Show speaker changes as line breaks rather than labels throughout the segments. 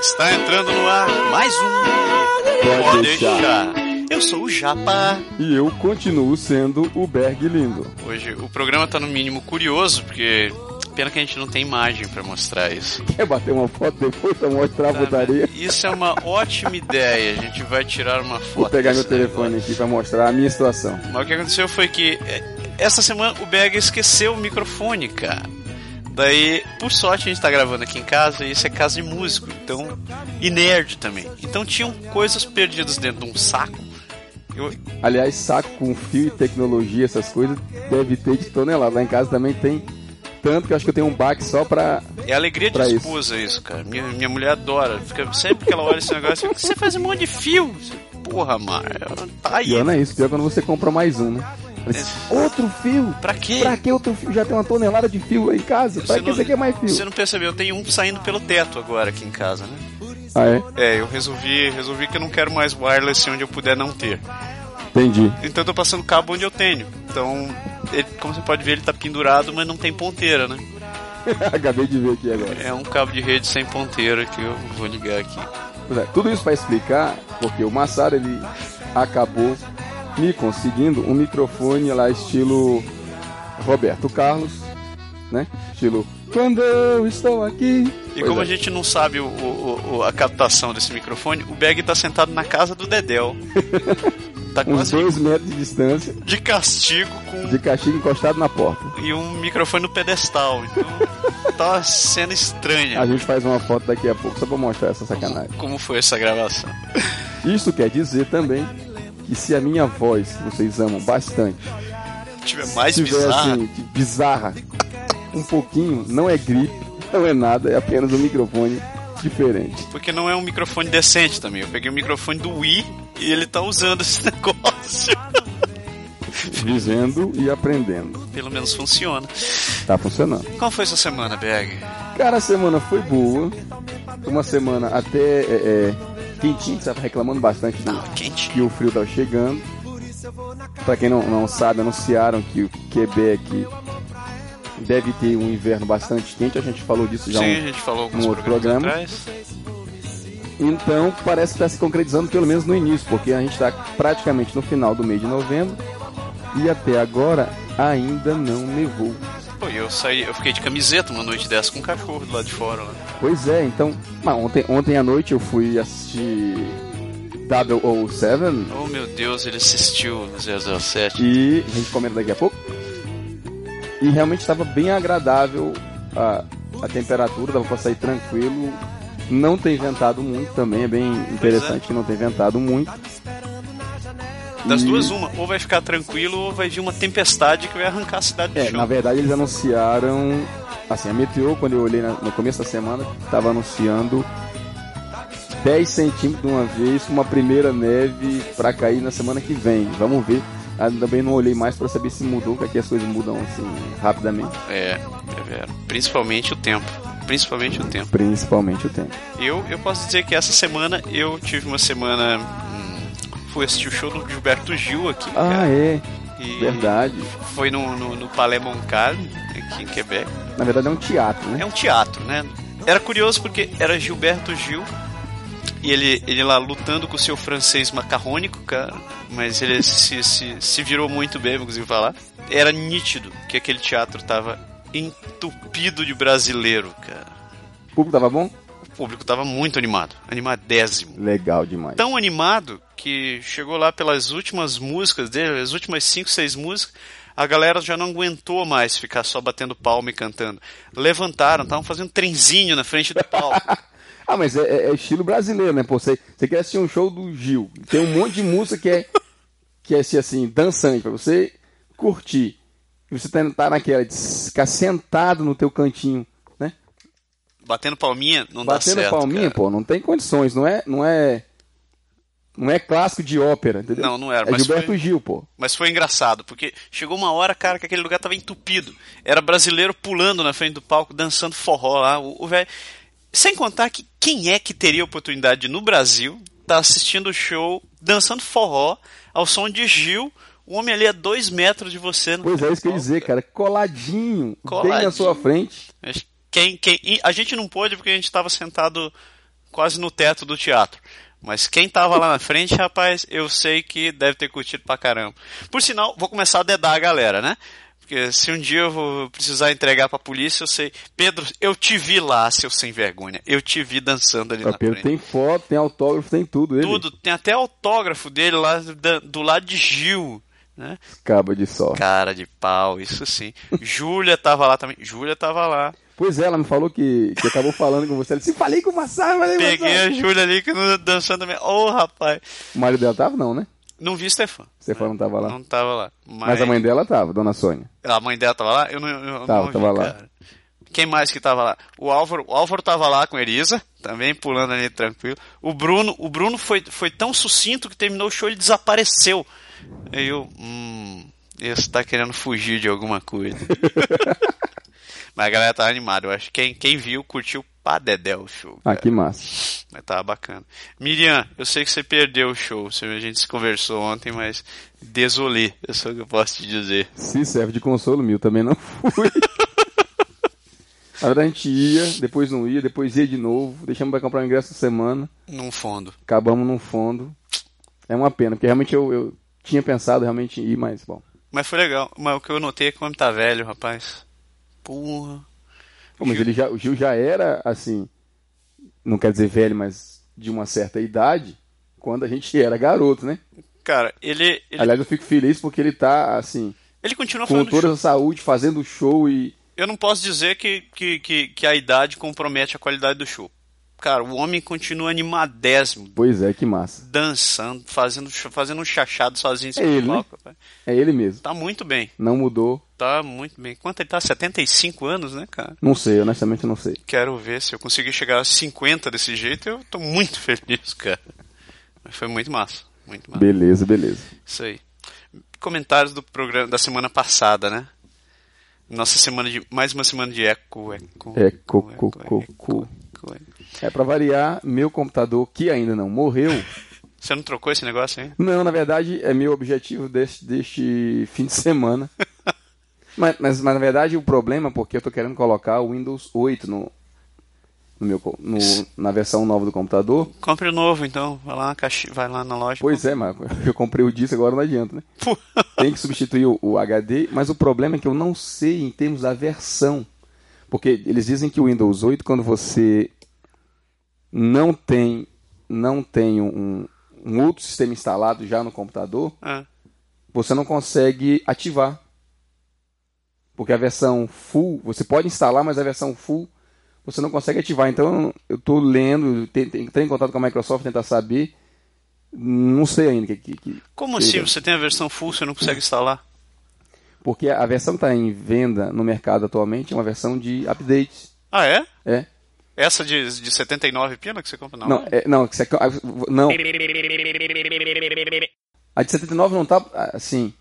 Está entrando no ar mais um. Pode deixar. Eu sou o Japa.
E eu continuo sendo o Berg Lindo.
Hoje o programa tá no mínimo curioso, porque Pena que a gente não tem imagem para mostrar isso.
Quer bater uma foto depois pra mostrar a
Tá,
putaria?
Isso é uma ótima ideia. A gente vai tirar uma foto.
Vou pegar meu
desse
telefone aqui pra mostrar a minha situação.
Mas o que aconteceu foi que eh, essa semana o Berg esqueceu o microfone, cara. Daí, por sorte, a gente tá gravando aqui em casa e isso é casa de músico, então. E nerd também. Então tinham coisas perdidas dentro de um saco. Eu-
Aliás, saco com fio e tecnologia, essas coisas, deve ter de tonelada. Lá em casa também tem tanto que eu acho que eu tenho um baque só pra.
é a alegria de
Pra isso.
esposa isso, cara. Minha, minha mulher adora. Fica, sempre que ela olha esse negócio, fica, você faz um monte de fio. Porra, Mar, tá aí.
Pior não é isso, pior é quando você compra mais um, né? Mas, outro fio?
Pra quê?
Pra que outro fio? Já tem uma tonelada de fio lá em casa? Pra que você quer mais fio?
Você não percebeu, tem um saindo pelo teto agora aqui em casa, né?
Ah, é?
É, eu resolvi, resolvi que eu não quero mais wireless onde eu puder não ter.
Entendi.
Então eu tô passando cabo onde eu tenho. Então, ele- como você pode ver, ele tá pendurado, mas não tem ponteira, né?
Acabei de ver aqui agora.
É um cabo de rede sem ponteira que eu vou ligar aqui.
Pois é, tudo isso para explicar porque o Massaro ele acabou me conseguindo um microfone lá estilo Roberto Carlos, né? Estilo quando eu estou aqui.
E
Pois
como
é.
a gente não sabe o- o- o- a captação desse microfone, o Beg tá sentado na casa do Dedel. tá
uns
quase
Um dois metros de distância,
de castigo com
de castigo encostado na porta.
e um microfone no pedestal. Então, tá uma cena estranha.
A gente faz uma foto daqui a pouco só para mostrar essa sacanagem.
Como foi essa gravação?
Isso quer dizer também que se a minha voz vocês amam bastante
Tiver mais
Se tiver,
bizarra.
assim, de bizarra, um pouquinho, não é gripe, não é nada, é apenas um microfone diferente.
Porque não é um microfone decente também. Eu peguei o microfone do Wii e ele tá usando esse negócio.
Vivendo e aprendendo.
Pelo menos funciona.
Tá funcionando.
Qual foi sua semana, Berg?
Cara, a semana foi boa. Uma semana até é, é, quentinha, que tava reclamando bastante do,
Ah, quente.
que o frio tava chegando. Pra quem não, não sabe, anunciaram que o Quebec deve ter um inverno bastante quente. A gente falou disso já há
Sim,
um
a gente falou alguns
um outro
programas
programa.
atrás.
Então parece que está se concretizando pelo menos no início, porque a gente está praticamente no final do mês de novembro e até agora ainda não nevou.
Pô, e eu saí, eu fiquei de camiseta uma noite dessa com um cachorro do lado de fora. Lá.
Pois é, então. Mas ontem, ontem à noite eu fui assistir 007
Oh meu Deus, ele assistiu no 007.
e a gente comenta daqui a pouco. E realmente estava bem agradável a, a temperatura, dava para sair tranquilo. Não tem ventado muito também, é bem interessante que não tem ventado muito.
Das
E-
duas, uma, ou vai ficar tranquilo ou vai vir uma tempestade que vai arrancar a cidade do
É,
chão.
na verdade eles anunciaram. Assim, a Meteor, quando eu olhei na- no começo da semana, estava anunciando 10 centímetros de uma vez, uma primeira neve para cair na semana que vem. Vamos ver. Ah, Também não olhei mais para saber se mudou, porque aqui as coisas mudam assim rapidamente.
É, é verdade. Principalmente o tempo. Principalmente o tempo.
Principalmente o tempo.
Eu, eu posso dizer que essa semana eu tive uma semana. hum, fui assistir o show do Gilberto Gil aqui.
Ah, é,
e
verdade.
Foi no, no, no Palais Montcalm, aqui em Quebec.
Na verdade é um teatro, né?
É um teatro, né? Era curioso porque era Gilberto Gil e ele, ele lá lutando com o seu francês macarrônico, cara. Mas ele se, se, se virou muito bem, vou conseguir falar. Era nítido que aquele teatro tava entupido de brasileiro, cara.
O público tava bom?
O público tava muito animado, animadésimo.
Legal demais.
tão animado que chegou lá pelas últimas músicas dele, as últimas cinco, seis músicas, a galera já não aguentou mais ficar só batendo palma e cantando. Levantaram, estavam fazendo trenzinho na frente do palco.
Ah, mas é, é- é estilo brasileiro, né? Pô, você, você quer assistir um show do Gil. Tem um monte de música que é, que é assim, assim, dançante, pra você curtir. E você tá, tá naquela de ficar sentado no teu cantinho, né?
Batendo palminha não
Batendo
dá certo.
palminha,
cara.
pô, não tem condições, não é, não é. Não é clássico de ópera, entendeu?
Não, não era,
É
mas
Gilberto
foi-
Gil, pô.
Mas foi engraçado, porque chegou uma hora, cara, que aquele lugar tava entupido. Era brasileiro pulando na frente do palco, dançando forró lá. O, o velho. Sem contar que quem é que teria oportunidade de, no Brasil tá assistindo o show, dançando forró, ao som de Gil, o homem ali a dois metros de você. né? no
Pois é, isso que eu ia
palco,
dizer, cara. Coladinho, bem
Coladinho.
na sua frente.
Mas Quem, quem, e a gente não pôde porque a gente tava sentado quase no teto do teatro. Mas quem tava lá na frente, rapaz, eu sei que deve ter curtido pra caramba. Por sinal, vou começar a dedar a galera, né? Porque se um dia eu vou precisar entregar pra polícia, eu sei. Pedro, eu te vi lá, seu sem vergonha. Eu te vi dançando ali
Pra
na
Pedro
frente.
tem foto, tem autógrafo, tem um tudo. Ele
Tudo, tem até autógrafo dele lá da- do lado de Gil, né?
Cabo de sol.
Cara de pau, isso sim. Júlia tava lá também. Júlia tava lá.
Pois é, ela me falou que, que acabou falando com você. Ela disse, falei com o Massaro, falei com o
Peguei
Massaro.
a Júlia ali que não- dançando também. Ô, rapaz.
O marido dela tava? Não, né?
Não vi Stefan.
Stefan não tava lá.
Não tava lá. Mas,
Mas a mãe dela tava, Dona Sônia.
a mãe dela tava lá? Eu não, eu
Tava,
não vi,
tava lá.
cara. Quem mais que tava lá? O Álvaro, o Álvaro tava lá com a Elisa, também pulando ali tranquilo. O Bruno, o Bruno foi, foi tão sucinto que terminou o show ele desapareceu. Aí eu, hum, esse tá querendo fugir de alguma coisa. Mas a galera tava animada, eu acho que quem, quem viu curtiu pra dedé o show.
Ah, que massa.
Mas tava bacana. Miriam, eu sei que você perdeu o show. você- A gente se conversou ontem, mas desolê. É só o que eu posso te dizer.
Se serve de consolo, mil, também não fui. Agora a gente ia, depois não ia, depois ia de novo. Deixamos pra comprar o ingresso essa semana.
Num fundo.
Acabamos num fundo. É uma pena, porque realmente eu, eu tinha pensado realmente em ir, mas bom.
Mas foi legal. Mas o que eu notei é que o homem tá velho, rapaz. Porra.
Pô, mas
Gil-
ele já, o Gil já era, assim, não quer dizer velho, mas de uma certa idade, quando a gente era garoto, né?
Cara, ele. Ele,
Aliás, eu fico feliz porque ele tá, assim,
ele continua
com
falando. show.
toda a saúde, fazendo show e.
Eu não posso dizer que, que, que, que a idade compromete a qualidade do show. Cara, o homem continua animadésimo,
Pois é, que massa.
dançando, fazendo, ch- fazendo um chachado sozinho em cima
É ele,
do
né?
palco, rapaz.
É ele mesmo.
Tá muito bem.
Não mudou.
Tá muito bem. Quanto ele tá? 75 anos, né, cara?
Não sei, honestamente eu não sei.
Quero ver se eu conseguir chegar a 50 desse jeito, eu tô muito feliz, cara. Mas foi muito massa, muito massa.
Beleza, beleza.
Isso aí. Comentários do programa da semana passada, né? Nossa semana de mais uma semana de eco, eco.
É, cu, cu, cu, cu.
eco, eco.
É pra variar, meu computador, que ainda não morreu.
Você não trocou esse negócio aí?
Não, na verdade, é meu objetivo deste, deste fim de semana. mas, mas, mas, na verdade, o problema é porque eu tô querendo colocar o Windows 8 no, no meu, co- no, na versão nova do computador.
Compre o novo então, vai lá na caixa, vai lá na loja.
Pois é, Marco. Eu comprei o disco, agora não adianta, né?
Pô.
Tem que substituir o, o HD, mas o problema é que eu não sei em termos da versão. Porque eles dizem que o Windows 8, quando você não tem, não tem um, um outro sistema instalado já no computador,
Ah,
você não consegue ativar. Porque a versão full, você pode instalar, mas a versão full você não consegue ativar. Então eu estou lendo, te- te- entrei em contato com a Microsoft tentar saber. Não sei ainda. Que, que- que-
Como
que-
assim você tem a versão full, você não consegue instalar?
Porque a versão que está em venda no mercado atualmente é uma versão de update.
Ah, é?
É.
Essa de, de 79 pila que você compra? Não.
Não, é, não, que você- a- não. A de 79 não tá assim.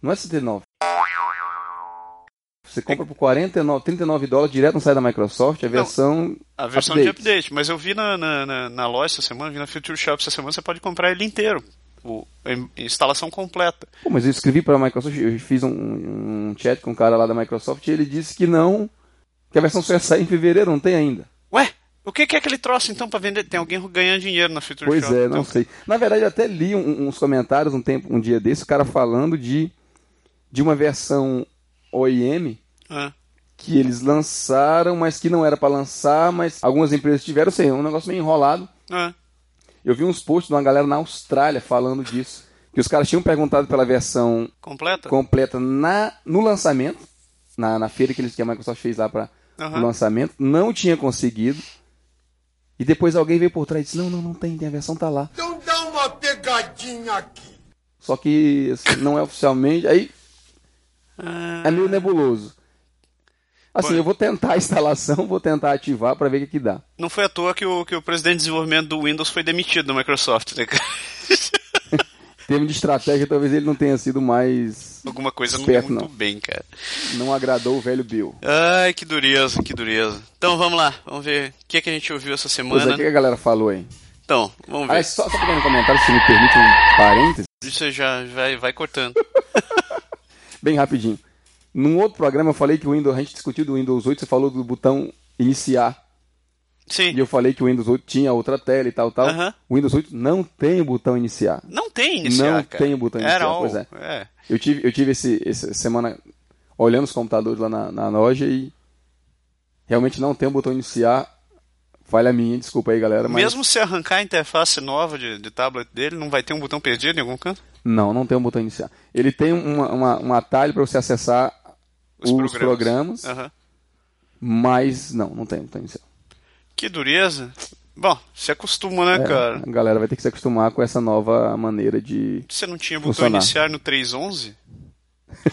Não é 79. Você compra por 49, 39 dólares direto no site da Microsoft, a versão
A versão
Update.
de update, mas eu vi na, na, na, na loja essa semana, vi na Future Shop essa semana, você pode comprar ele inteiro. O, a in- instalação completa.
Pô, mas eu escrevi para a Microsoft, eu fiz um, um chat com um cara lá da Microsoft e ele disse que não, que a versão só ia sair em fevereiro, não tem ainda.
Ué, o que, que é aquele troço então pra vender? Tem alguém ganhando dinheiro na Future
pois
Shop.
é,
então.
não sei. Na verdade, eu até li um- uns comentários um tempo, um dia desse, o cara falando de, de uma versão OEM
Ah,
que eles lançaram, mas que não era para lançar, mas algumas empresas tiveram, sei, um negócio meio enrolado.
ah.
Eu vi uns posts de uma galera na Austrália falando disso, que os caras tinham perguntado pela versão
Completa?
completa na, no lançamento, na, na feira que, eles, que a Microsoft fez lá para
Aham.
o lançamento, não tinha conseguido. E depois alguém veio por trás e disse: Não, não, não tem, tem, a versão tá lá.
Então dá uma pegadinha aqui.
Só que assim, não é oficialmente. Aí
Ah,
é meio nebuloso. Assim,
Pois.
eu vou tentar a instalação, vou tentar ativar para ver o que, que dá.
não foi à toa que o, que o presidente de desenvolvimento do Windows foi demitido da Microsoft, né, cara?
Em termos de estratégia, talvez ele não tenha sido mais.
Alguma coisa não deu
Esperto,
muito
não.
bem, cara.
Não agradou o velho Bill.
Ai, que dureza, que dureza. Então vamos lá, vamos ver o que, que a gente ouviu essa
Pois é, o
semana.
que que a galera falou aí?
Então, vamos ver.
Ah, só, só pegando um comentário, se me permite um parênteses.
Você já vai, vai cortando.
bem rapidinho. Num outro programa eu falei que o Windows, a gente discutiu do Windows 8, você falou do botão iniciar.
Sim.
E eu falei que o Windows 8 tinha outra tela e tal, tal.
Aham.
O Windows 8 não tem o botão iniciar.
Não tem iniciar,
Não
cara.
tem botão
Era
iniciar,
all.
pois é.
é.
Eu tive, eu tive esse, essa semana olhando os computadores lá na, na loja e realmente não tem o botão iniciar. Falha minha, desculpa aí, galera, mas
Mesmo se arrancar a interface nova de, de tablet dele, não vai ter um botão perdido em algum canto?
não, não tem o botão iniciar. Ele tem uma, uma- um atalho para você acessar os, programas,
Aham.
mas não, não tem o botão iniciar.
Que dureza. Bom, se acostuma, né,
É,
cara?
a galera vai ter que se acostumar com essa nova maneira de
Você não tinha botão
Funcionar.
iniciar no 311?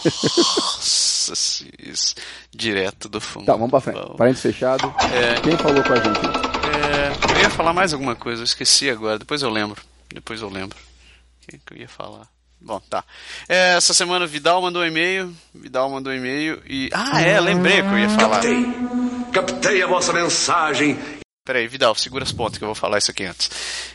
Nossa, se- isso. direto do fundo.
Tá, vamos pra
Bom.
frente. Parênteses fechado. Quem falou com a gente?
É, eu ia falar mais alguma coisa, eu esqueci agora, depois eu lembro. Depois eu lembro. O que, que eu ia falar? Bom, tá. É, essa semana o Vidal mandou um e-mail. Vidal mandou um e-mail e. Ah, é, lembrei o que eu ia falar.
Captei. Captei a vossa mensagem.
Peraí, Vidal, segura as pontas que eu vou falar isso aqui antes.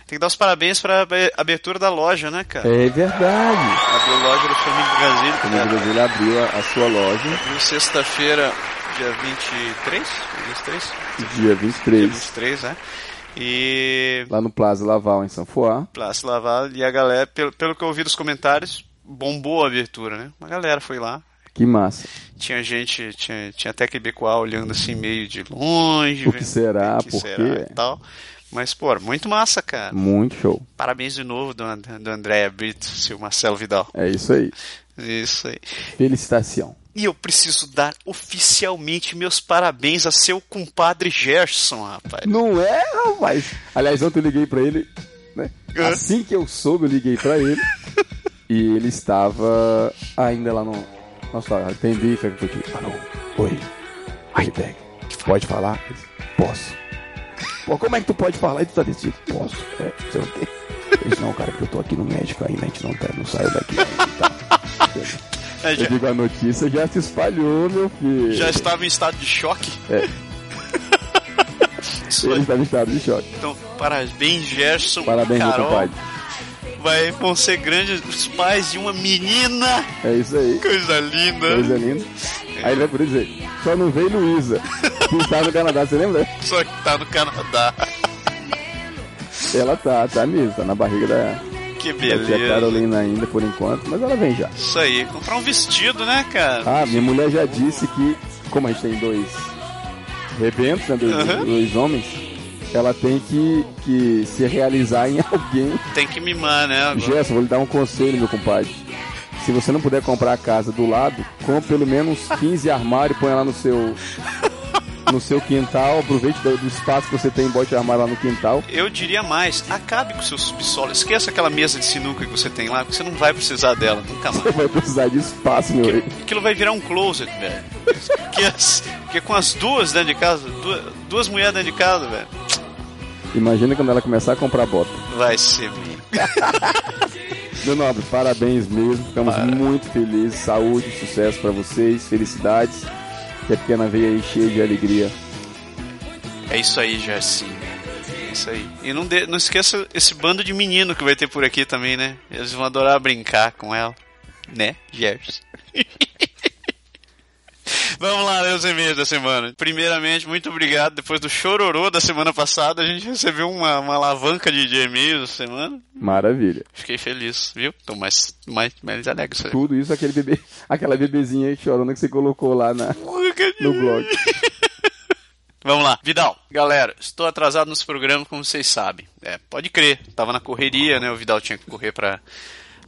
Tem que dar os parabéns pra abe- abertura da loja, né, cara?
É verdade.
Abriu a loja do Flamengo Brasil,
O Amigo
cara.
Brasileiro abriu a, a sua loja
Abriu tá sexta-feira, dia 23? 23?
dia
Dia
23,
23, né? E.
lá no Plaza Laval, em São Foá.
Plácido Laval e a galera, pelo, pelo que eu ouvi dos comentários, bombou a abertura, né? Uma galera foi lá.
Que massa.
Tinha gente, tinha, tinha até quebecoá olhando assim meio de longe.
O que
vendo
será?
o que
Por
será
quê?
e tal. Mas, pô, muito massa, cara.
Muito show.
Parabéns de novo do, And- do Andréa Brito, seu Marcelo Vidal.
É isso aí.
Isso aí.
Felicitação.
E eu preciso dar oficialmente meus parabéns a seu compadre Gerson, rapaz.
Não é, rapaz? Aliás, ontem eu liguei pra ele, né?
Hã?
Assim que eu soube, eu liguei pra ele. e ele estava ainda lá no. Nossa, tá, tem bife aqui. porque- Ah, não. Oi. Arquitec. Pode falar? Ele disse, Posso. Pô, como é que tu pode falar e tu tá decidido? Posso. É, você não tem. Ele disse, não, cara, porque eu tô aqui no médico ainda, a gente não, tá, não saiu daqui.
É,
Eu
já,
digo, a notícia já se espalhou, meu filho.
já estava em estado de choque? Isso
Ele
aí.
está em estado de choque.
Então, parabéns, Gerson.
Parabéns, meu
Carol.
compadre.
vai, vão ser grandes os pais de uma menina.
É isso aí.
Coisa linda.
Coisa é linda. Aí ele vai por dizer, só não veio Luísa, que tá no Canadá, você lembra?
Só que tá no Canadá.
Ela tá, tá mesmo, tá na barriga da,
Que
da tia
beleza.
Carolina ainda por enquanto, mas ela vem já.
Isso aí. Comprar um vestido, né, cara?
Ah, minha mulher já disse que, como a gente tem dois rebentos, né, dois,
Aham.
dois homens, ela tem que, que se realizar em alguém.
Tem que mimar, né? Agora.
Gerson, vou lhe dar um conselho, meu compadre. Se você não puder comprar a casa do lado, compre pelo menos 15 armários e põe lá no seu no seu quintal. Aproveite do, do espaço que você tem e bote o armário lá no quintal.
Eu diria mais, acabe com o seu subsolo. Esqueça aquela mesa de sinuca que você tem lá, porque você não vai precisar dela nunca mais.
Você vai precisar de espaço, meu rei.
Aquilo vai virar um closet, velho. Porque, as- porque com as duas dentro de casa, duas, duas mulheres dentro de casa, velho,
Imagina quando ela começar a comprar bota.
vai ser meio.
Meu nobre, parabéns mesmo. Ficamos muito felizes. Saúde, sucesso pra vocês, felicidades. Que a pequena veia aí cheia de alegria.
É isso aí, Gerson. É isso aí. E não, de- não esqueça esse bando de menino que vai ter por aqui também, né? Eles vão adorar brincar com ela. Né, Gerson? Vamos lá ler os e-mails da semana. Primeiramente, muito obrigado. Depois do chororô da semana passada, a gente recebeu uma, uma alavanca de, de e-mails da semana.
Maravilha.
Fiquei feliz, viu? Tô mais, mais, mais alegre. sabe?
Tudo isso, aquele bebê, aquela bebezinha chorona que você colocou lá na, no blog.
Vamos lá, Vidal. Galera, estou atrasado nesse programa, como vocês sabem. É, pode crer, tava na correria, né? O Vidal tinha que correr para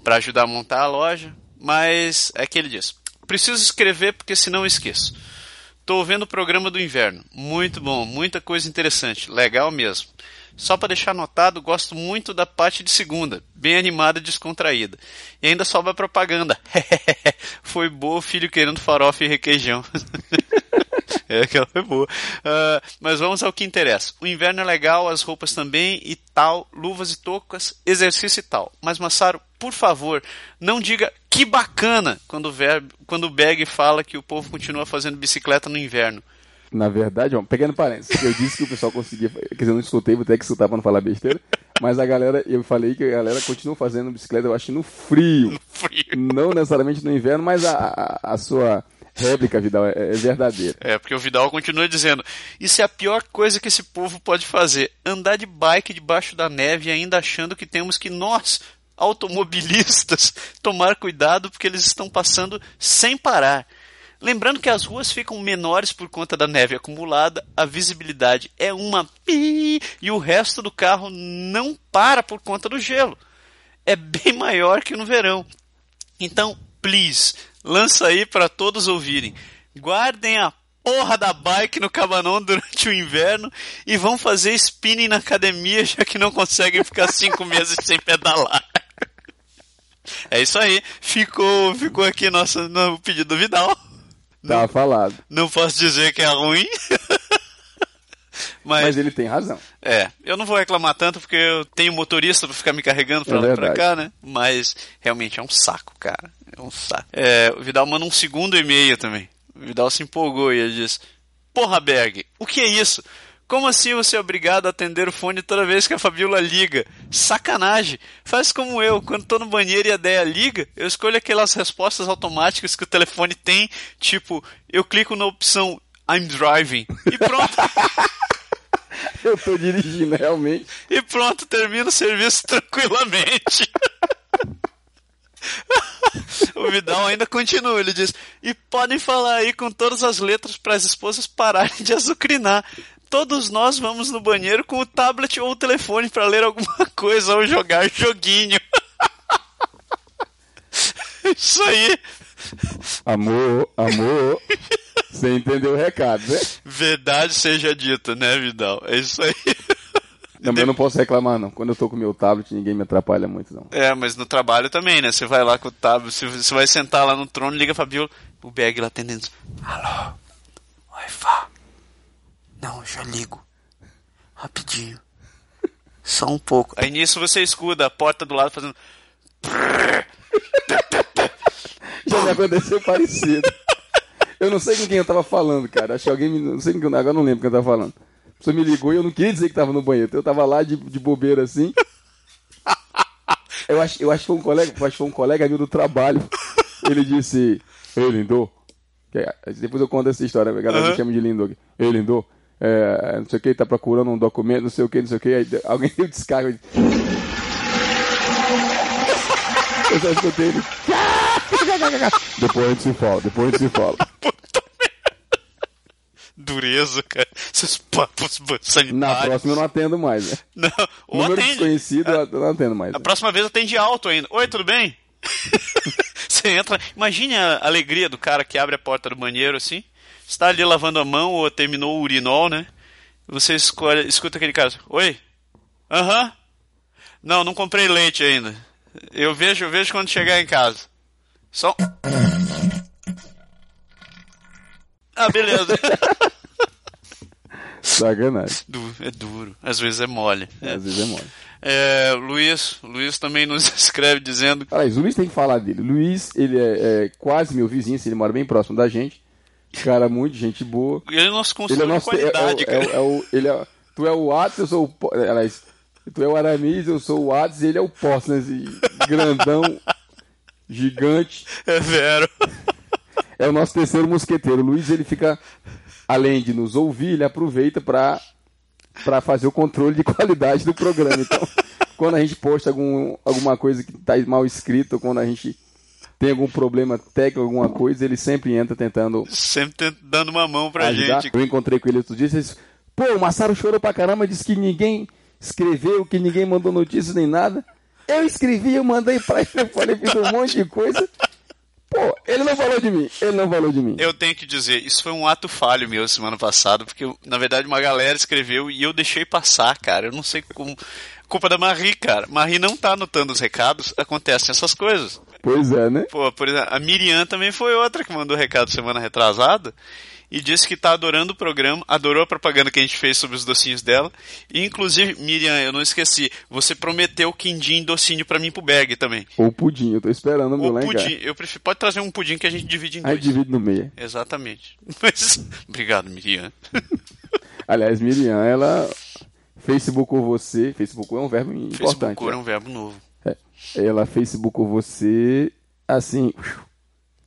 para ajudar a montar a loja, mas é que ele diz: "Preciso escrever porque senão eu esqueço". Tô vendo o programa do inverno. Muito bom, muita coisa interessante, legal mesmo. Só para deixar anotado, gosto muito da parte de segunda, bem animada e descontraída. E ainda sobra propaganda. Foi boa o filho querendo farofa e requeijão. É, aquela foi boa. Ah, mas vamos ao que interessa. O inverno é legal, as roupas também e tal, luvas e toucas, exercício e tal. Mas, Massaro, por favor, não diga que bacana quando o, verbo, quando o Beg fala que o povo continua fazendo bicicleta no inverno.
Na verdade, ó, pequeno parênteses, eu disse que o pessoal conseguia. Quer dizer, eu não escutei, vou ter que escutar pra não falar besteira. Mas a galera, eu falei que a galera continua fazendo bicicleta, eu acho, no frio.
Frio.
Não necessariamente no inverno, mas a, a, a sua réplica, Vidal, é, é verdadeira.
É, porque o Vidal continua dizendo: Isso é a pior coisa que esse povo pode fazer. Andar de bike debaixo da neve ainda achando que temos que nós, automobilistas, tomar cuidado porque eles estão passando sem parar. Lembrando que as ruas ficam menores por conta da neve acumulada, a visibilidade é uma pi e o resto do carro não para por conta do gelo. É bem maior que no verão. Então, please, lança aí para todos ouvirem. Guardem a porra da bike no cabanão durante o inverno e vão fazer spinning na academia, já que não conseguem ficar cinco meses sem pedalar. É isso aí. Ficou, ficou aqui nosso, no pedido do Vidal.
Tá falado.
Não posso dizer que é ruim. Mas,
Mas ele tem razão.
é, eu não vou reclamar tanto porque eu tenho motorista pra ficar me carregando pra
É
lá e pra
verdade.
cá, né? Mas realmente é um saco, cara. É um saco. É, o Vidal manda um segundo e-mail também. O Vidal se empolgou e ele diz: Porra, Berg, o que é isso? Como assim você é obrigado a atender o fone toda vez que a Fabiola liga? Sacanagem! Faz como eu, quando tô no banheiro e a ideia liga, eu escolho aquelas respostas automáticas que o telefone tem, tipo, eu clico na opção I'm driving e pronto.
Eu tô dirigindo realmente.
e pronto, termina o serviço tranquilamente. o Vidal ainda continua, ele diz: E podem falar aí com todas as letras para as esposas pararem de azucrinar. Todos nós vamos no banheiro com o tablet ou o telefone para ler alguma coisa ou jogar joguinho. Isso aí,
Amor, amor. Você entendeu o recado, né?
verdade seja dita, né, Vidal? É isso aí.
Também eu não posso reclamar, não. Quando eu tô com meu tablet, ninguém me atrapalha muito, não.
É, mas no trabalho também, né? Você vai lá com o tablet, você- você vai sentar lá no trono, liga a Fabiola, o Berg lá atendendo. Alô? Oi, Fá. Não, eu já ligo. Rapidinho. Só um pouco. Aí nisso você escuta a porta do lado fazendo.
Já me aconteceu parecido. Eu não sei com quem eu tava falando, cara. Acho que alguém me. Não sei com quem. Agora eu não lembro com quem eu tava falando. A pessoa me ligou e eu não queria dizer que tava no banheiro. Então eu tava lá de, de bobeira assim. Eu acho, eu acho que foi um colega, eu acho que foi um colega meu do trabalho. Ele disse, ei Lindô. que é- Depois eu conto essa história, a galera
Aham.
me chama de Lindô. aqui. Ei Lindô, é, não sei o que, tá procurando um documento, não sei o que, não sei o que. Aí de- alguém deu descarga. Eu disse, eu só escutei ele. Depois a gente se fala, depois a gente se fala.
Dureza, cara. Esses papos ban-
Na
sanitários.
próxima eu não atendo mais, né?
não... Ou
Número
atende.
desconhecido eu não atendo mais.
A próxima vez atende alto ainda. Oi, tudo bem? você entra. Imagine a alegria do cara que abre a porta do banheiro assim. Está ali lavando a mão ou terminou o urinol, né? Você escolhe, escuta aquele cara. assim, Oi? Aham. Não, não comprei leite ainda. Eu vejo, eu vejo quando chegar em casa. Só. um. Ah, beleza.
Sacanagem.
Du- é duro. Às vezes é mole. É.
Às vezes é mole.
É, Luiz, Luiz também nos escreve dizendo
Aliás, o Luiz tem que falar dele. O Luiz, ele é, é quase meu vizinho, assim, ele mora bem próximo da gente. Cara, muito gente boa.
Ele é nosso
Ele
consultor
é nosso.
de
É, é,
qualidade,
é,
cara.
é, é o, ele é, tu é o Atos, eu sou o. Po- Aliás, tu é o Aramis, eu sou o Atos e ele é o Portland. Grandão, gigante.
É vero.
É o nosso terceiro mosqueteiro. O Luiz, ele fica, além de nos ouvir, ele aproveita pra para fazer o controle de qualidade do programa. Então, quando a gente posta algum, alguma coisa que tá mal escrita, ou quando a gente tem algum problema técnico, alguma coisa, ele sempre entra tentando
Sempre tenta- dando uma mão pra
ajudar.
gente.
Eu encontrei com Ah, ele outro dia e disse: Pô, o Massaro chorou pra caramba, disse que ninguém escreveu, que ninguém mandou notícias nem nada. Eu escrevi, eu mandei pra ele, eu falei, fiz um monte de coisa. Pô, ele não falou de mim, ele não falou de mim.
Eu tenho que dizer, isso foi um ato falho meu semana passada, porque na verdade uma galera escreveu e eu deixei passar, cara. Eu não sei como. Culpa da Marie, cara. Marie não tá anotando os recados, acontecem essas coisas.
Pois é, né?
Pô, por exemplo, a Miriam também foi outra que mandou recado semana retrasada e disse que tá adorando o programa, adorou a propaganda que a gente fez sobre os docinhos dela. E, inclusive, Miriam, eu não esqueci, você prometeu quindim e docinho pra mim e pro Berg também.
Ou pudim, eu tô esperando o meu
Ou
lá em
pudim,
casa.
eu prefiro. Pode trazer um pudim que a gente divide em
Aí
dois.
divide no meio.
Exatamente. Mas. Obrigado, Miriam.
Aliás, Miriam, ela Facebookou você. Facebookou é um verbo importante.
Facebook é um verbo novo.
né? É. Ela Facebookou você, assim,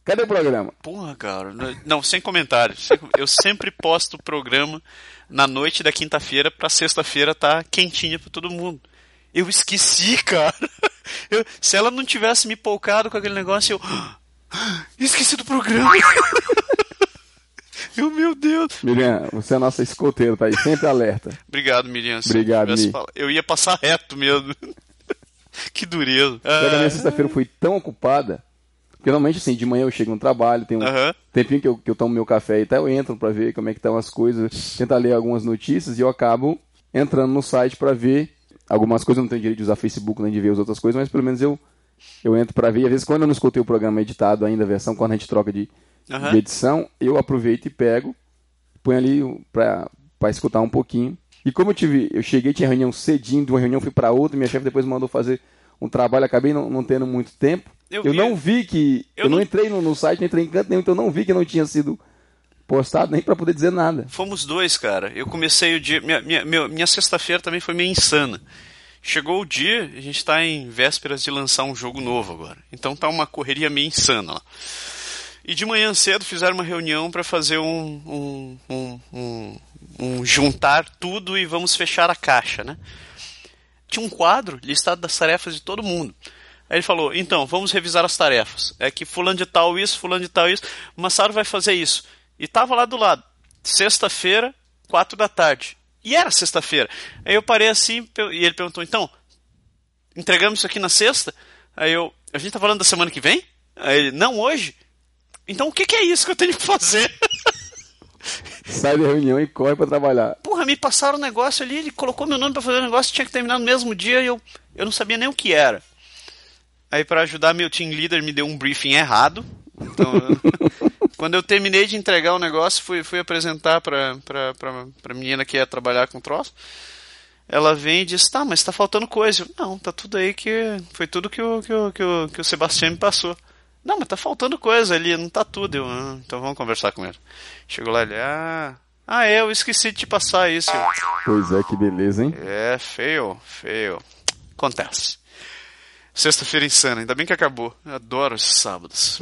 Cadê o programa?
Porra, cara. Não, sem comentários. Sem- Eu sempre posto o programa na noite da quinta-feira pra sexta-feira tá quentinha pra todo mundo. Eu esqueci, cara. Eu- se ela não tivesse me polcado com aquele negócio, eu. "Ah, Esqueci do programa. Eu, meu Deus.
Miriam, você é nossa escoteira, tá aí, sempre alerta.
Obrigado, Miriam. Se
Obrigado,
eu, tivesse
Mi.
fal- eu ia passar reto mesmo. que dureza.
Só que a minha
Ah,
sexta-feira foi tão ocupada, porque normalmente assim, de manhã eu chego no trabalho, tem um
Aham.
tempinho que eu, que eu tomo meu café e até eu entro pra ver como é que estão as coisas, tentar ler algumas notícias e eu acabo entrando no site pra ver algumas coisas, eu não tenho direito de usar Facebook nem de ver as outras coisas, mas pelo menos eu, eu entro pra ver. E às vezes quando eu não escutei o programa editado ainda, a versão, quando a gente troca de,
Aham.
de edição, eu aproveito e pego, ponho ali o- pra, pra escutar um pouquinho. E como eu tive, eu cheguei, tinha reunião cedinho, de uma reunião fui pra outra, minha chefe depois mandou fazer um trabalho, acabei não, não tendo muito tempo.
Eu
Eu,
vi.
não vi que.
Eu
Eu, não
não-
entrei no, no site, não entrei em canto nenhum, então eu não vi que não tinha sido postado nem pra poder dizer nada.
Fomos dois, cara. Eu comecei o dia. Minha, minha, meu- minha sexta-feira também foi meio insana. Chegou o dia, a gente tá em vésperas de lançar um jogo novo agora. Então tá uma correria meio insana lá. E de manhã cedo fizeram uma reunião pra fazer um, um, um, um- um juntar tudo e vamos fechar a caixa, né? Tinha um quadro listado das tarefas de todo mundo. Aí ele falou: então, vamos revisar as tarefas. É que Fulano de Tal isso, Fulano de Tal isso, Massaro vai fazer isso. E tava lá do lado, sexta-feira, quatro da tarde. E era sexta-feira. Aí eu parei assim pe- e ele perguntou: então, entregamos isso aqui na sexta? Aí eu: a gente tá falando da semana que vem? Aí ele: não, hoje? Então o que, que é isso que eu tenho que fazer?
Sai da reunião e corre pra trabalhar.
Porra, me passaram o negócio ali, ele colocou meu nome pra fazer o negócio, tinha que terminar no mesmo dia e eu, eu não sabia nem o que era. Aí pra ajudar, meu team leader me deu um briefing errado. Então, eu- quando eu terminei de entregar o negócio, fui, fui apresentar pra, pra, pra, pra menina que ia trabalhar com o troço. Ela vem e diz, tá, mas tá faltando coisa. Eu, não, tá tudo aí que. Foi tudo que o, que o, que o, que o Sebastião me passou. Não, mas tá faltando coisa ali, não tá tudo. Eu, ah, então vamos conversar com ele. Chegou lá ele, ah. Ah, é, eu esqueci de te passar isso. Eu,
Pois é, que beleza, hein?
é, feio, feio. Acontece. Sexta-feira insana, ainda bem que acabou. Eu adoro esses sábados.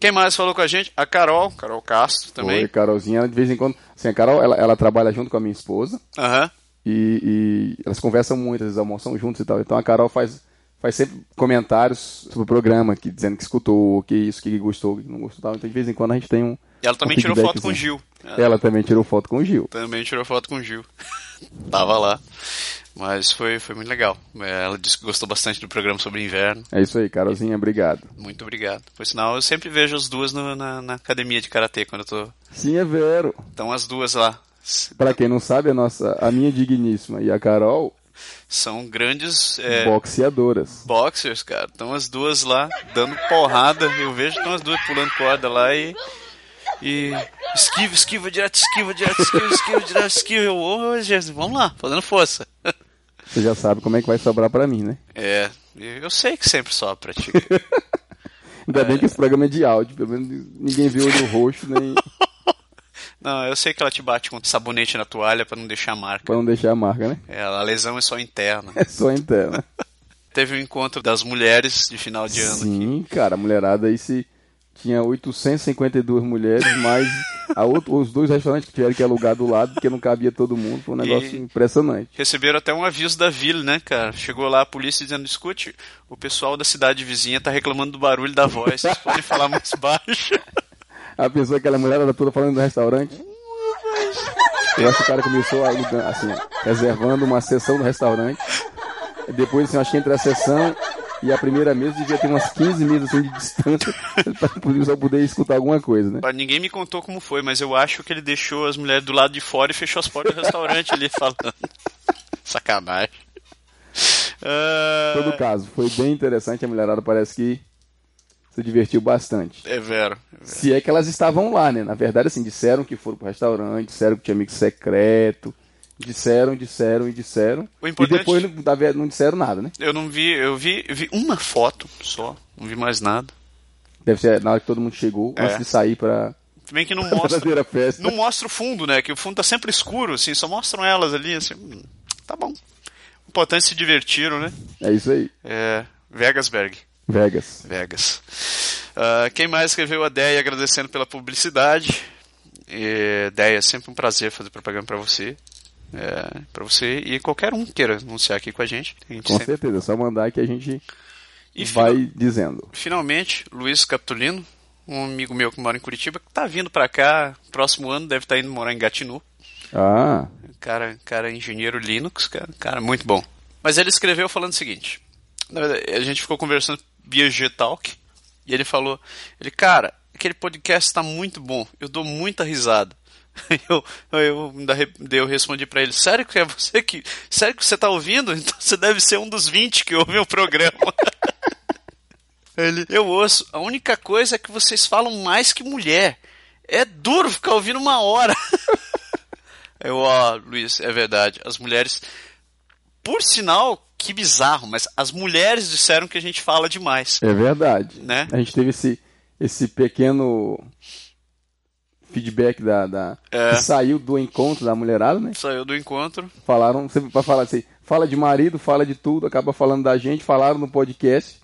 Quem mais falou com a gente? A Carol, Carol Castro
Oi,
também.
Carolzinha, ela de vez em quando. Assim, a Carol, ela, ela trabalha junto com a minha esposa
Aham.
e, e elas conversam muito, elas almoçam juntos e tal. Então a Carol faz, faz sempre comentários sobre o programa, que, dizendo que escutou, que isso, que gostou, que não gostou e tal. Então de vez em quando a gente tem um.
E ela também
um
tirou foto com o
feedbackzinho.
Gil.
Ela também tirou foto com o Gil.
Também tirou foto com o Gil. Tava lá. Mas foi, foi muito legal. É, Ela disse que gostou bastante do programa sobre inverno.
É isso aí, Carolzinha, obrigado.
Muito obrigado. Por sinal, eu sempre vejo as duas no- na, na academia de karatê quando eu tô.
Sim, é vero.
Então as duas lá s-
Pra quem não sabe, a nossa, a minha digníssima e a Carol,
são grandes é,
boxeadoras.
boxers, cara. Estão as duas lá dando porrada. Eu vejo que estão as duas pulando corda lá e. E. Esquiva, esquiva, direto, esquiva, direto, esquiva, esquiva, direto, esquiva. Eu, ô, Jesus, vamos lá, fazendo força.
Você já sabe como é que vai sobrar pra mim, né?
É, eu sei que sempre sopra, Tigre.
Ainda bem que esse programa é de áudio, pelo menos ninguém viu olho roxo, nem
Não, eu sei que ela te bate com sabonete na toalha pra não deixar marca.
pra não deixar a marca, né?
É, a lesão é só interna.
É só interna.
Teve o encontro das mulheres de final de ano.
Sim, cara, a mulherada aí se tinha 852 mulheres, mas a outro- os dois restaurantes que tiveram que alugar do lado, porque não cabia todo mundo, foi um negócio
E-
impressionante.
Receberam até um aviso da Ville, né, cara? Chegou lá a polícia dizendo: escute, o pessoal da cidade vizinha tá reclamando do barulho da voz, vocês podem falar mais baixo.
A pessoa, aquela mulherada toda falando do restaurante. Eu acho que o cara começou alugando, assim, reservando uma sessão no restaurante. Depois, assim, eu acho que entre a sessão e a primeira mesa devia ter umas 15 mesas assim, de distância pra o pessoal poder escutar alguma coisa, né?
Pá, Ninguém me contou como foi, mas eu acho que ele deixou as mulheres do lado de fora e fechou as portas do restaurante ali falando. Sacanagem. Ah,
todo caso, foi bem interessante. A mulherada parece que se divertiu bastante.
É vero. é vero.
Se é que elas estavam lá, né? Na verdade, assim, disseram que foram pro restaurante, disseram que tinha amigo secreto, disseram, disseram e disseram.
O importante-
E depois, não- da verdade, não disseram nada, né?
Eu não vi, eu vi, eu vi uma foto só, não vi mais nada.
Deve ser na hora que todo mundo chegou,
É.
antes de sair pra
Se bem que não
pra
mostra.
verdadeira festa.
Não mostra o fundo, né? Que o fundo tá sempre escuro, assim, só mostram elas ali, assim. hum, Tá bom. O importante é se divertiram, né?
É isso aí.
É. Vegasberg.
Vegas.
Vegas. Ah, quem mais escreveu a Deia agradecendo pela publicidade? E, Deia, é sempre um prazer fazer propaganda para você. É, para você e qualquer um queira anunciar aqui com a gente. A gente
Com
sempre-
certeza, é só mandar que a gente
E final-
vai dizendo.
finalmente, Luiz Capitulino, um amigo meu que mora em Curitiba, que tá vindo para cá, próximo ano deve estar indo morar em Gatineau.
Ah,
Cara, cara engenheiro Linux, cara, cara muito bom. Mas ele escreveu falando o seguinte. Na verdade, a gente ficou conversando via G-Talk e ele falou, ele, cara, aquele podcast tá muito bom, eu dou muita risada. Eu, eu, ainda re- daí eu respondi pra ele, sério que é você que. Sério que você tá ouvindo? Então você deve ser um dos 20 que ouvem o programa. Ele, eu ouço, a única coisa é que vocês falam mais que mulher. É duro ficar ouvindo uma hora. Eu, ó, Luiz, é verdade. As mulheres. Por sinal, que bizarro, mas as mulheres disseram que a gente fala demais.
é verdade.
Né?
A gente teve esse, esse pequeno feedback da, da-
É.
que saiu do encontro da mulherada, né?
Saiu do encontro.
Falaram, sempre pra falar assim, fala de marido, fala de tudo, acaba falando da gente, falaram no podcast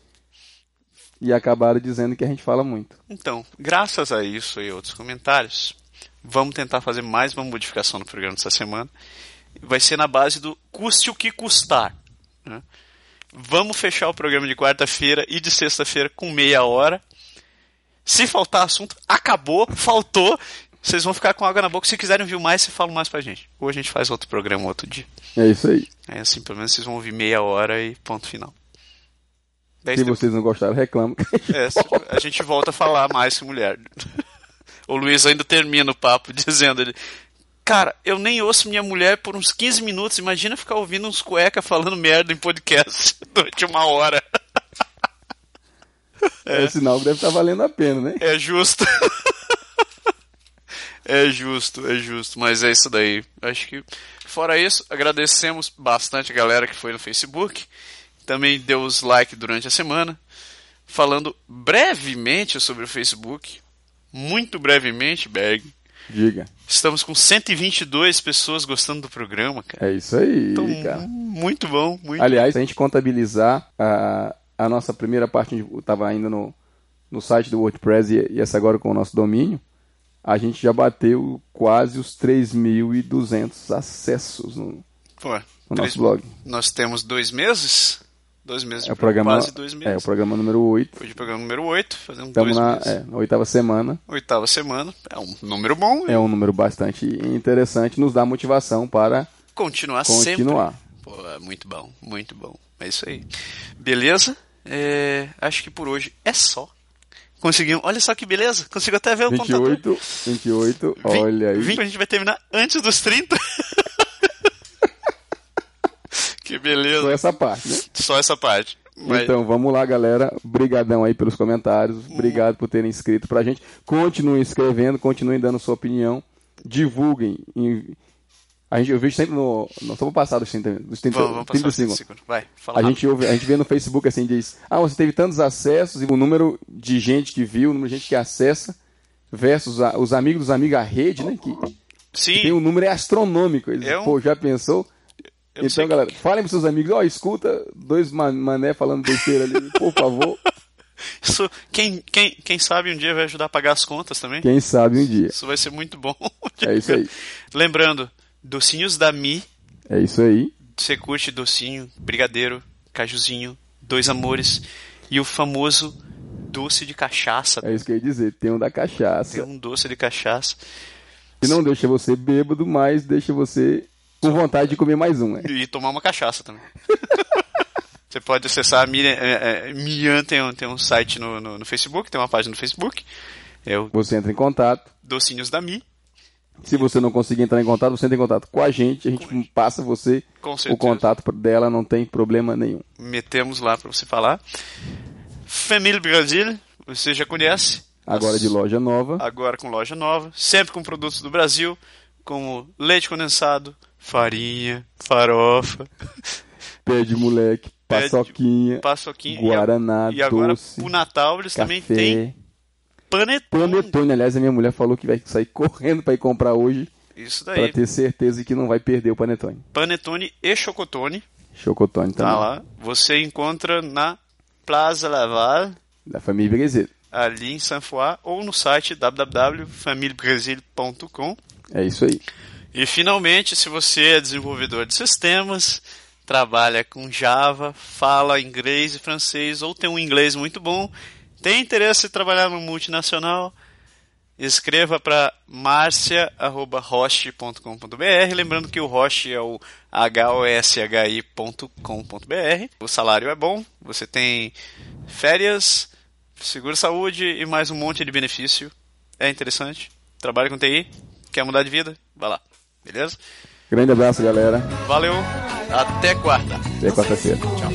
e acabaram dizendo que a gente fala muito.
Então, graças a isso e outros comentários, vamos tentar fazer mais uma modificação no programa dessa semana. Vai ser na base do custe o que custar. né? Vamos fechar o programa de quarta-feira e de sexta-feira com meia hora. Se faltar assunto, acabou, faltou. Vocês vão ficar com água na boca. Se quiserem ouvir mais, você fala mais pra gente. Ou a gente faz outro programa outro dia.
É isso aí.
É assim, pelo menos vocês vão ouvir meia hora e ponto final. Daí
Se
depois-
vocês não gostaram, reclamam.
é, se- a gente volta a falar mais que mulher. O Luiz ainda termina o papo dizendo ele. Cara, eu nem ouço minha mulher por uns 15 minutos. Imagina ficar ouvindo uns cueca falando merda em podcast durante uma hora.
É. sinal que deve estar valendo a pena, né?
É justo. É justo, é justo, mas é isso daí. Acho que fora isso, agradecemos bastante a galera que foi no Facebook, também deu os like durante a semana, falando brevemente sobre o Facebook, muito brevemente, Berg.
Diga.
Estamos com 122 pessoas gostando do programa, cara.
É isso aí,
Então,
cara.
muito bom, muito
Aliás, se a gente contabilizar a, a nossa primeira parte, estava ainda no, no site do WordPress e, e essa agora com o nosso domínio, a gente já bateu quase os 3.200 acessos no,
Pô,
no
três-
nosso blog.
Nós temos dois meses? Dois meses de
É o programa,
quase dois meses.
é o programa número 8.
Hoje é o programa número 8, fazendo
Estamos
dois
na,
meses.
é, na oitava semana.
Oitava semana, é um número bom.
É um número bastante interessante, nos dá motivação para
Continuar,
continuar.
sempre. Pô, é muito bom, muito bom. É isso aí. Beleza? É, acho que por hoje é só. Conseguimos. Olha só que beleza. Consigo até ver o contador.
28, 28, olha aí.
20, a gente vai terminar antes dos 30. que beleza.
Só essa parte, né?
Só essa parte. Mas-
Então, vamos lá, galera. Obrigadão aí pelos comentários. Obrigado por terem inscrito pra gente. Continuem escrevendo, continuem dando sua opinião. Divulguem. Em- A gente, eu vejo sempre no. Não, só vou passar dos 30, dos 30,
vamos, vamos passar
30
os 30
segundos.
segundos. Vai, fala
A
rápido.
gente, ouve, a gente vê no Facebook assim, diz, ah, você teve tantos acessos e o número de gente que viu, o número de gente que acessa, versus a- os amigos dos amigos, a rede, né? Que
Sim,
tem um número é astronômico. Eles,
É um-
Pô, já pensou?
eu não sei
então, galera, falem pros seus amigos, ó, escuta dois ma- mané falando besteira ali, por favor.
isso, quem, quem, quem sabe um dia vai ajudar a pagar as contas também.
Quem sabe um dia.
Isso vai ser muito bom.
É isso aí.
Lembrando, docinhos da Mi,
É isso aí.
você curte docinho, brigadeiro, cajuzinho, dois amores e o famoso doce de cachaça.
É isso que eu ia dizer. Tem um da
Tem
cachaça.
um doce de cachaça.
Que não deixa você bêbado, mas deixa você com vontade de comer mais um, né?
E tomar uma cachaça também. Você pode acessar a Miriam, é, é, Miriam tem, um, tem um site no, no, no Facebook, tem uma página no Facebook. É o
Você entra em contato.
Docinhos da Mi.
Se você não conseguir entrar em contato, você entra em contato com a gente. A gente passa você
Com
o
certeza.
contato dela, não tem problema nenhum.
Metemos lá pra você falar. Família Brasil, você já conhece.
Agora de loja nova.
agora com loja nova, sempre com produtos do Brasil, como leite condensado, farinha, farofa,
Pé de moleque,
Pé de-
paçoquinha,
paçoquinha.
Guaraná,
e, a- e agora,
doce,
pro Natal, eles também um têm
café.
panetone.
Panetone, aliás, a minha mulher falou que vai sair correndo pra ir comprar hoje
Isso
pra
daí.
ter certeza que não vai perder o panetone.
Panetone e chocotone.
Uhum. Chocotone também.
Tá lá. Você encontra na Plaza Laval,
da família Brezeiro.
ali em Saint-Foy, ou no site www.familbrasil.com.
É isso aí.
E finalmente, se você é desenvolvedor de sistemas, trabalha com Java, fala inglês e francês ou tem um inglês muito bom, tem interesse em trabalhar no multinacional, escreva para marcia@roche.com.br, lembrando que o Roche é o hoshi.com.br. O salário é bom, você tem férias, seguro-saúde e mais um monte de benefício. É interessante. Trabalha com TI, quer mudar de vida? Vai lá. Beleza?
Grande abraço, galera.
Valeu. Até quarta.
Até É quarta-feira.
Tchau.